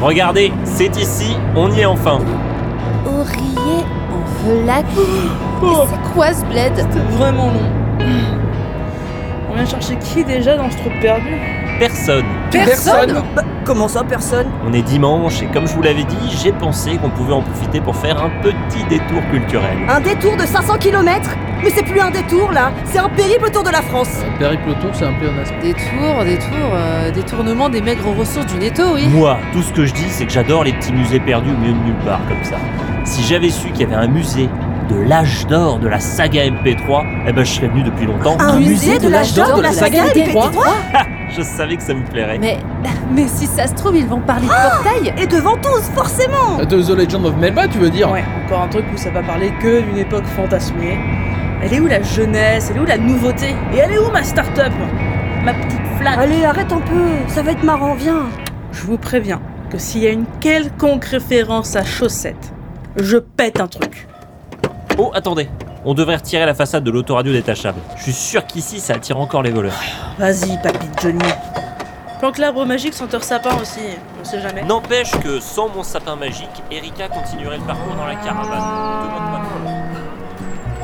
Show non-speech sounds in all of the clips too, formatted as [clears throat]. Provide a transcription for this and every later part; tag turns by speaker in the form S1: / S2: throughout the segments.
S1: Regardez, c'est ici, on y est enfin.
S2: Aurier en velac
S3: Oh,
S2: C'est quoi ce bled
S4: C'était vraiment long. On vient chercher qui déjà dans ce trou perdu
S1: Personne.
S5: Personne
S3: Bah, Comment ça, personne
S1: On est dimanche et comme je vous l'avais dit, j'ai pensé qu'on pouvait en profiter pour faire un petit détour culturel.
S3: Un détour de 500 km Mais c'est plus un détour, là C'est un périple autour de la France
S5: Un périple autour, c'est un pléonasme.
S4: Des tours, des tours, euh, des tournements des maigres ressources du netto, oui.
S1: Moi, tout ce que je dis, c'est que j'adore les petits musées perdus au milieu de nulle part, comme ça. Si j'avais su qu'il y avait un musée de l'âge d'or de la saga MP3, eh ben je serais venu depuis longtemps.
S3: Un, musée, de l'âge d'or de la saga
S2: des
S3: LPT3
S1: Je savais que ça me plairait.
S6: [laughs]
S2: mais, mais si ça se trouve, ils vont parler de portail
S3: Et de Ventouse, forcément
S5: De The Legend of Melba, tu veux dire
S4: Ouais, encore un truc où ça va parler que d'une époque fantasmée. Elle est où la jeunesse Elle est où la nouveauté Et elle est où ma start-up Ma petite flaque
S3: Allez, arrête un peu, ça va être marrant, viens
S4: Je vous préviens que s'il y a une quelconque référence à chaussettes, je pète un truc.
S1: Oh, attendez. On devrait retirer la façade de l'autoradio détachable. Je suis sûr qu'ici, ça attire encore les voleurs.
S4: Vas-y, papy Johnny. Planque l'arbre magique sans leur sapin aussi, on sait jamais.
S1: N'empêche que sans mon sapin magique, Erika continuerait le parcours dans la caravane. Demande pas trop.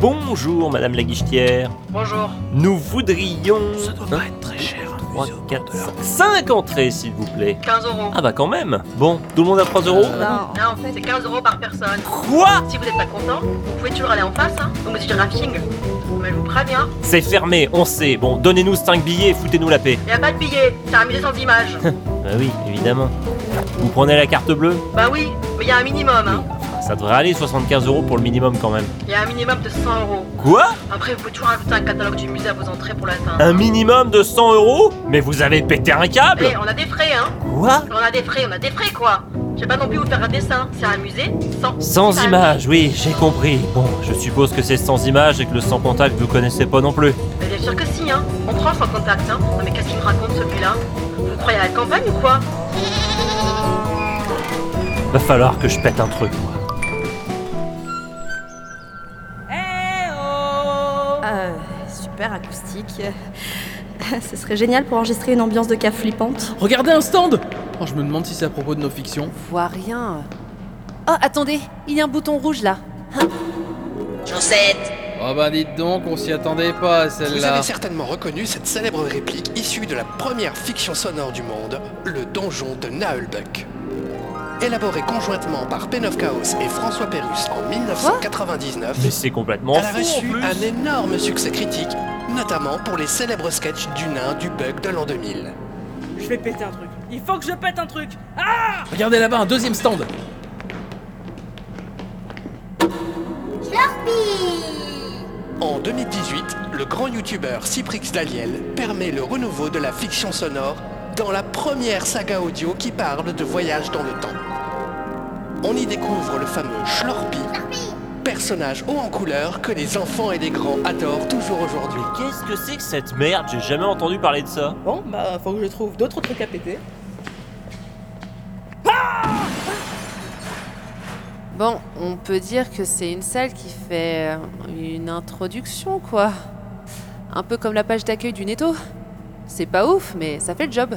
S1: Bonjour Madame la Guichetière.
S7: Bonjour.
S1: Nous voudrions.
S7: Ça doit pas être très cher.
S1: 3, 4, 5 entrées s'il vous plaît.
S7: 15 euros.
S1: Ah bah quand même. Bon, tout le monde à 3 euros
S7: Euh. Non, c'est 15 euros par personne.
S1: Quoi
S7: Si vous n'êtes pas content, vous pouvez toujours aller en face, hein, au musée du rafting. Mais je vous préviens,
S1: C'est fermé, on sait. Bon, donnez-nous 5 billets et foutez-nous la paix.
S7: y a pas de billet, c'est un musée sans images.
S1: Bah oui, évidemment. Vous prenez la carte bleue
S7: bah oui, mais y a un minimum, hein.
S1: Ça devrait aller 75 euros pour le minimum quand même.
S7: Y a un minimum de 100 euros.
S1: Quoi
S7: Après, vous pouvez toujours ajouter un catalogue du musée à vos entrées pour l'atteindre.
S1: Un minimum de 100 euros Mais vous avez pété un
S7: Eh,
S1: câble
S7: on a des frais, hein.
S1: Quoi
S7: On a des frais, on a des frais, quoi. Je vais pas non plus vous faire un dessin, c'est un musée sans.
S1: Sans
S7: images.
S1: images, oui, j'ai compris. Bon, je suppose que c'est sans images et que le sans contact vous connaissez pas non plus.
S7: Mais bien sûr que si, hein. On prend sans contact, hein. Non, mais qu'est-ce qu'il me raconte celui-là Vous croyez à la campagne ou quoi
S1: Va falloir que je pète un truc, moi.
S2: Euh,
S3: [laughs]
S2: Super acoustique. Ce serait génial pour enregistrer une ambiance de cave flippante.
S5: Regardez un stand Oh, je me demande si c'est à propos de nos fictions.
S6: Je vois rien. Oh, attendez, il y a un bouton rouge là.
S7: Chaussette
S5: Oh bah dites donc, on s'y attendait pas à
S8: Vous
S5: celle-là.
S8: avez certainement reconnu cette célèbre réplique issue de la première fiction sonore du monde, Le Donjon de Naulbuck. Élaborée conjointement par Penov Chaos et François Pérus en 1999,
S1: Mais c'est complètement
S8: elle a
S1: fou, en
S8: reçu
S1: plus.
S8: un énorme succès critique, notamment pour les célèbres sketchs du nain du bug de l'an 2000.
S4: Je vais péter un truc. Il faut que je pète un truc.
S5: Regardez là-bas, un deuxième stand
S8: En 2018, le grand youtubeur Cyprix Daliel permet le renouveau de la fiction sonore dans la première saga audio qui parle de voyage dans le temps. On y découvre le fameux Schlorpi, personnage haut en couleur que les enfants et les grands adorent toujours aujourd'hui.
S1: Mais qu'est-ce que c'est que cette merde J'ai jamais entendu parler de ça.
S4: Bon, bah faut que je trouve d'autres trucs à péter.
S6: Bon, on peut dire que c'est une salle qui fait euh, une introduction, quoi. Un peu comme la page d'accueil du Netto. C'est pas ouf, mais ça fait le job.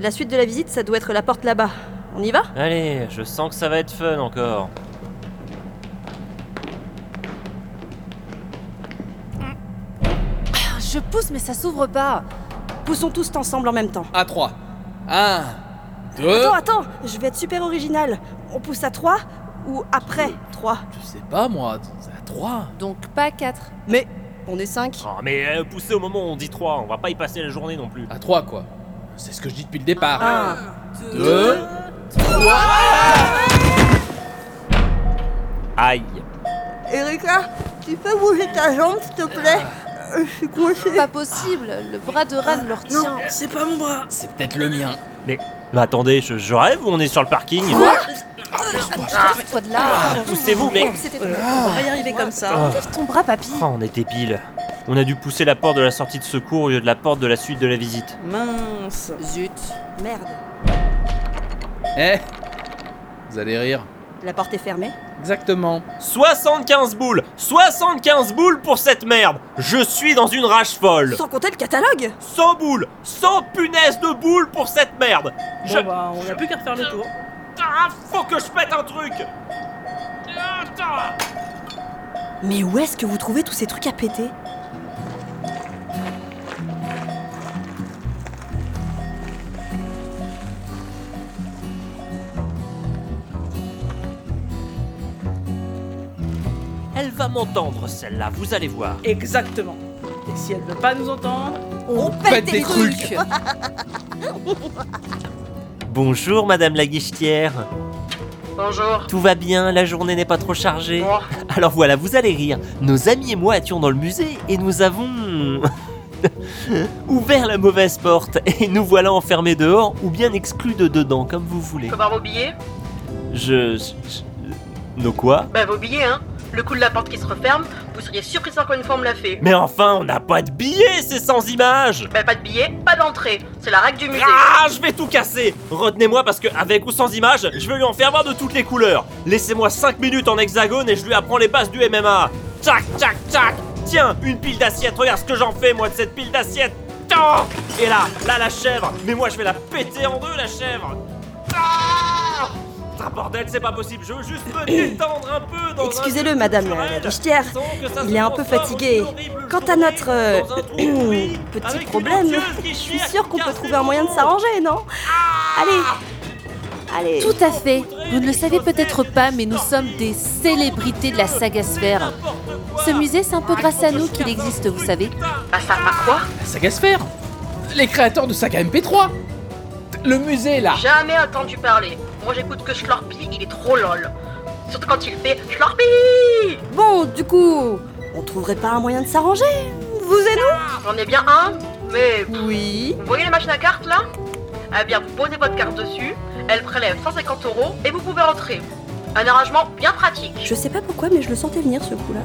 S3: La suite de la visite, ça doit être la porte là-bas. On y va
S1: Allez, je sens que ça va être fun encore.
S6: Ah, Je pousse, mais ça s'ouvre pas.
S3: Poussons tous ensemble en même temps.
S5: à 3. 1, 2...
S1: Euh.
S3: Attends, attends, je vais être super original. On pousse à 3 ou après 3
S5: Je sais pas moi, c'est à 3.
S6: Donc pas 4.
S3: Mais on est 5.
S1: Oh, mais euh, poussez au moment où on dit 3, on va pas y passer la journée non plus.
S5: À 3 quoi. C'est ce que je dis depuis le départ.
S3: 1.
S5: 2...
S1: Aïe.
S3: Erika, tu peux bouger ta jambe, s'il te plaît Euh, Je suis coincée.
S6: Pas possible, le bras de Ran leur tient.
S4: C'est pas mon bras.
S5: C'est peut-être le mien.
S1: Mais attendez, je, je rêve ou on est sur le parking
S6: Toi de Oh, là.
S1: Poussez-vous, mais...
S4: On va y arriver comme ça.
S1: Ah.
S6: Lève ton bras, papy.
S1: Oh, on était pile. On a dû pousser la porte de la sortie de secours au lieu de la porte de la suite de la visite.
S4: Mince.
S6: Zut.
S3: Merde,
S5: Eh Vous allez rire.
S3: la porte est fermée.
S5: Exactement.
S1: 75 boules 75 boules pour cette merde Je suis dans une rage folle
S2: Sans compter le catalogue
S1: 100 boules 100 punaises de boules pour cette merde Je...
S4: Bon, bah, on n'a plus qu'à refaire le tour.
S1: Ah, faut que je pète un truc Attends.
S2: Mais où est-ce que vous trouvez tous ces trucs à péter
S1: Elle va m'entendre celle-là, vous allez voir.
S4: Exactement. Et si elle veut pas nous entendre,
S2: On,
S5: pète des trucs.
S1: Bonjour madame la guichetière.
S7: Bonjour.
S1: Tout va bien, la journée n'est pas trop chargée.
S7: Bon,
S1: Alors voilà, vous allez rire. Nos amis et moi étions dans le musée et nous avons [laughs] ouvert la mauvaise porte et nous voilà enfermés dehors ou bien exclus de dedans, comme vous voulez.
S7: je peux voir vos billets
S1: Je... je- Nos quoi
S7: Bah vos billets, hein. Le coup de la porte qui se referme, vous seriez surpris de savoir combien de fois on me l'a fait.
S1: Mais enfin, on n'a pas de billets, c'est sans images
S7: Bah pas de billets, pas d'entrée. C'est la règle du musée.
S1: Ah, je vais tout casser Retenez-moi parce que avec ou sans images, je vais lui en faire voir de toutes les couleurs. Laissez-moi 5 minutes en hexagone et je lui apprends les bases du MMA. Tac, tac, tac Tiens, une pile d'assiettes, regarde ce que j'en fais moi de cette pile d'assiettes Tant Et là, là la chèvre Mais moi je vais la péter en deux la chèvre Ah Ah, bordel, c'est pas possible, je veux juste me détendre un peu dans un
S2: Excusez-le,
S1: truc
S2: madame la-
S1: culturel.
S2: la guichetière.
S1: Sans que ça
S2: Il
S1: se
S2: est un peu
S1: transforme en
S2: fatigué.
S1: une horrible
S2: Quant à
S1: journée,
S2: notre, euh, [clears throat]
S1: dans un trou de bruit,
S2: petit
S1: avec une
S2: problème,
S1: anxieuse qui
S2: Je suis
S1: cherche
S2: sûre qu'on peut
S1: casse
S2: trouver
S1: les
S2: un moyen de
S1: bonbons.
S2: s'arranger, non
S1: Ah
S2: Allez Allez
S6: Tout à fait. Vous ne le savez peut-être pas, mais nous sommes des célébrités de la saga sphère. Ce musée, c'est un peu grâce à nous qu'il existe, vous savez.
S7: Bah ça à quoi
S5: La saga Sphère Les créateurs de saga MP3 Le musée, là
S7: Jamais entendu parler. Moi j'écoute que Schlorpy, il est trop lol. Surtout quand il fait Schlorpy
S2: Bon, du coup, on trouverait pas un moyen de s'arranger Vous et
S7: J'en ai bien un, mais
S2: nous Oui.
S7: Vous voyez la machine à carte là Eh bien, vous posez votre carte dessus, elle prélève 150 euros et vous pouvez entrer. Un arrangement bien pratique.
S2: Je sais pas pourquoi, mais je le sentais venir ce coup-là.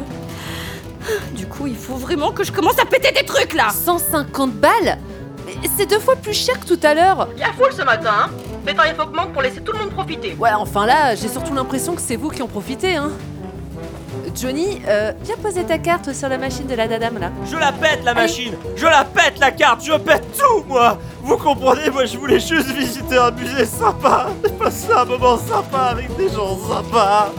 S2: Du coup, il faut vraiment que je commence à péter des trucs là
S6: 150 balles Mais C'est deux fois plus cher que tout à l'heure.
S7: Il y a foule ce matin, hein Faites un effort augmente pour laisser tout le monde profiter.
S6: Ouais, enfin là, j'ai surtout l'impression que c'est vous qui en profitez, hein. Johnny, euh, viens poser ta carte sur la machine de la dadame là.
S1: Je la pète la machine, je la pète la carte, je pète tout moi Vous comprenez, moi je voulais juste visiter un musée sympa, [laughs] passer un moment sympa avec des gens sympas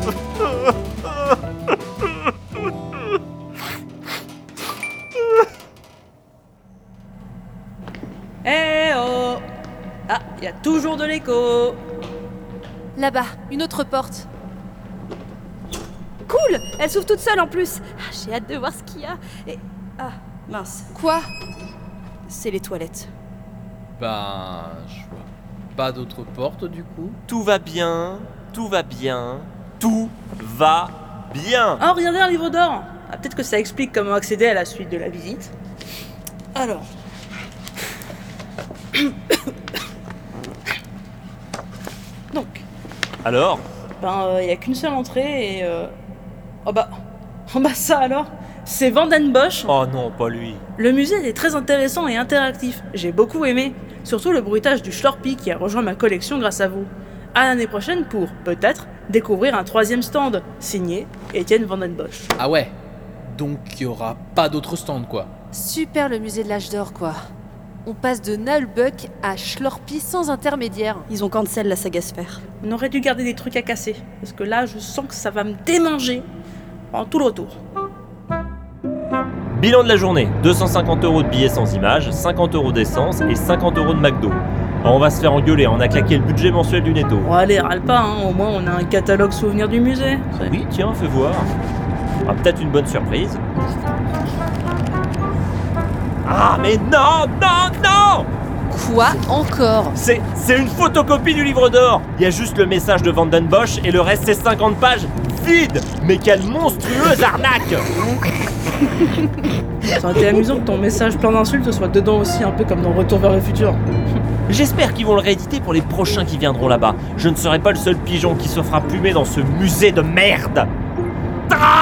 S4: Eh oh Ah, il y a toujours de l'écho
S6: Là-bas, une autre porte.
S2: Cool Elle s'ouvre toute seule en plus Ah, J'ai hâte de voir ce qu'il y a Et. Ah, mince,
S6: Quoi
S2: c'est les toilettes.
S5: Ben, je vois pas d'autre porte, du coup.
S1: Tout va bien, tout va bien, tout va bien
S4: Ah, regardez un livre d'or ah, Peut-être que ça explique comment accéder à la suite de la visite. Alors. [coughs] Donc,
S1: Alors
S4: ben, il n'y a qu'une seule entrée et. euh, Oh bah. Oh bah ça alors C'est Vanden Bosch.
S1: Oh non, pas lui
S4: Le musée il est très intéressant et interactif. J'ai beaucoup aimé. Surtout le bruitage du Schlorpi qui a rejoint ma collection grâce à vous. À l'année prochaine pour, peut-être, découvrir un troisième stand. Signé Étienne Vanden Bosch.
S5: Ah ouais Donc, il y aura pas d'autre stand, quoi.
S6: Super le musée de l'âge d'or, quoi. On passe de Nalbuck à Schlorpi sans intermédiaire.
S2: Ils ont cancel la saga sphère.
S4: On aurait dû garder des trucs à casser. Parce que là, je sens que ça va me démanger pendant tout le retour.
S1: Bilan de la journée 250 euros de billets sans images, 50 euros d'essence et 50 euros de McDo. Ah, on va se faire engueuler, on a claqué le budget mensuel du netto.
S4: Bon, allez, râle pas, hein. au moins on a un catalogue souvenir du musée.
S1: Oui, tiens, fais voir. Ah, peut-être une bonne surprise. Ah, mais non, non, non
S6: Quoi encore
S1: C'est c'est une photocopie du livre d'or Il y a juste le message de Vanden Bosch et le reste, c'est 50 pages vides Mais quelle monstrueuse arnaque
S4: Ça aurait été amusant que ton message plein d'insultes soit dedans aussi, un peu comme dans Retour vers le futur.
S1: J'espère qu'ils vont le rééditer pour les prochains qui viendront là-bas. Je ne serai pas le seul pigeon qui se fera plumer dans ce musée de merde Ah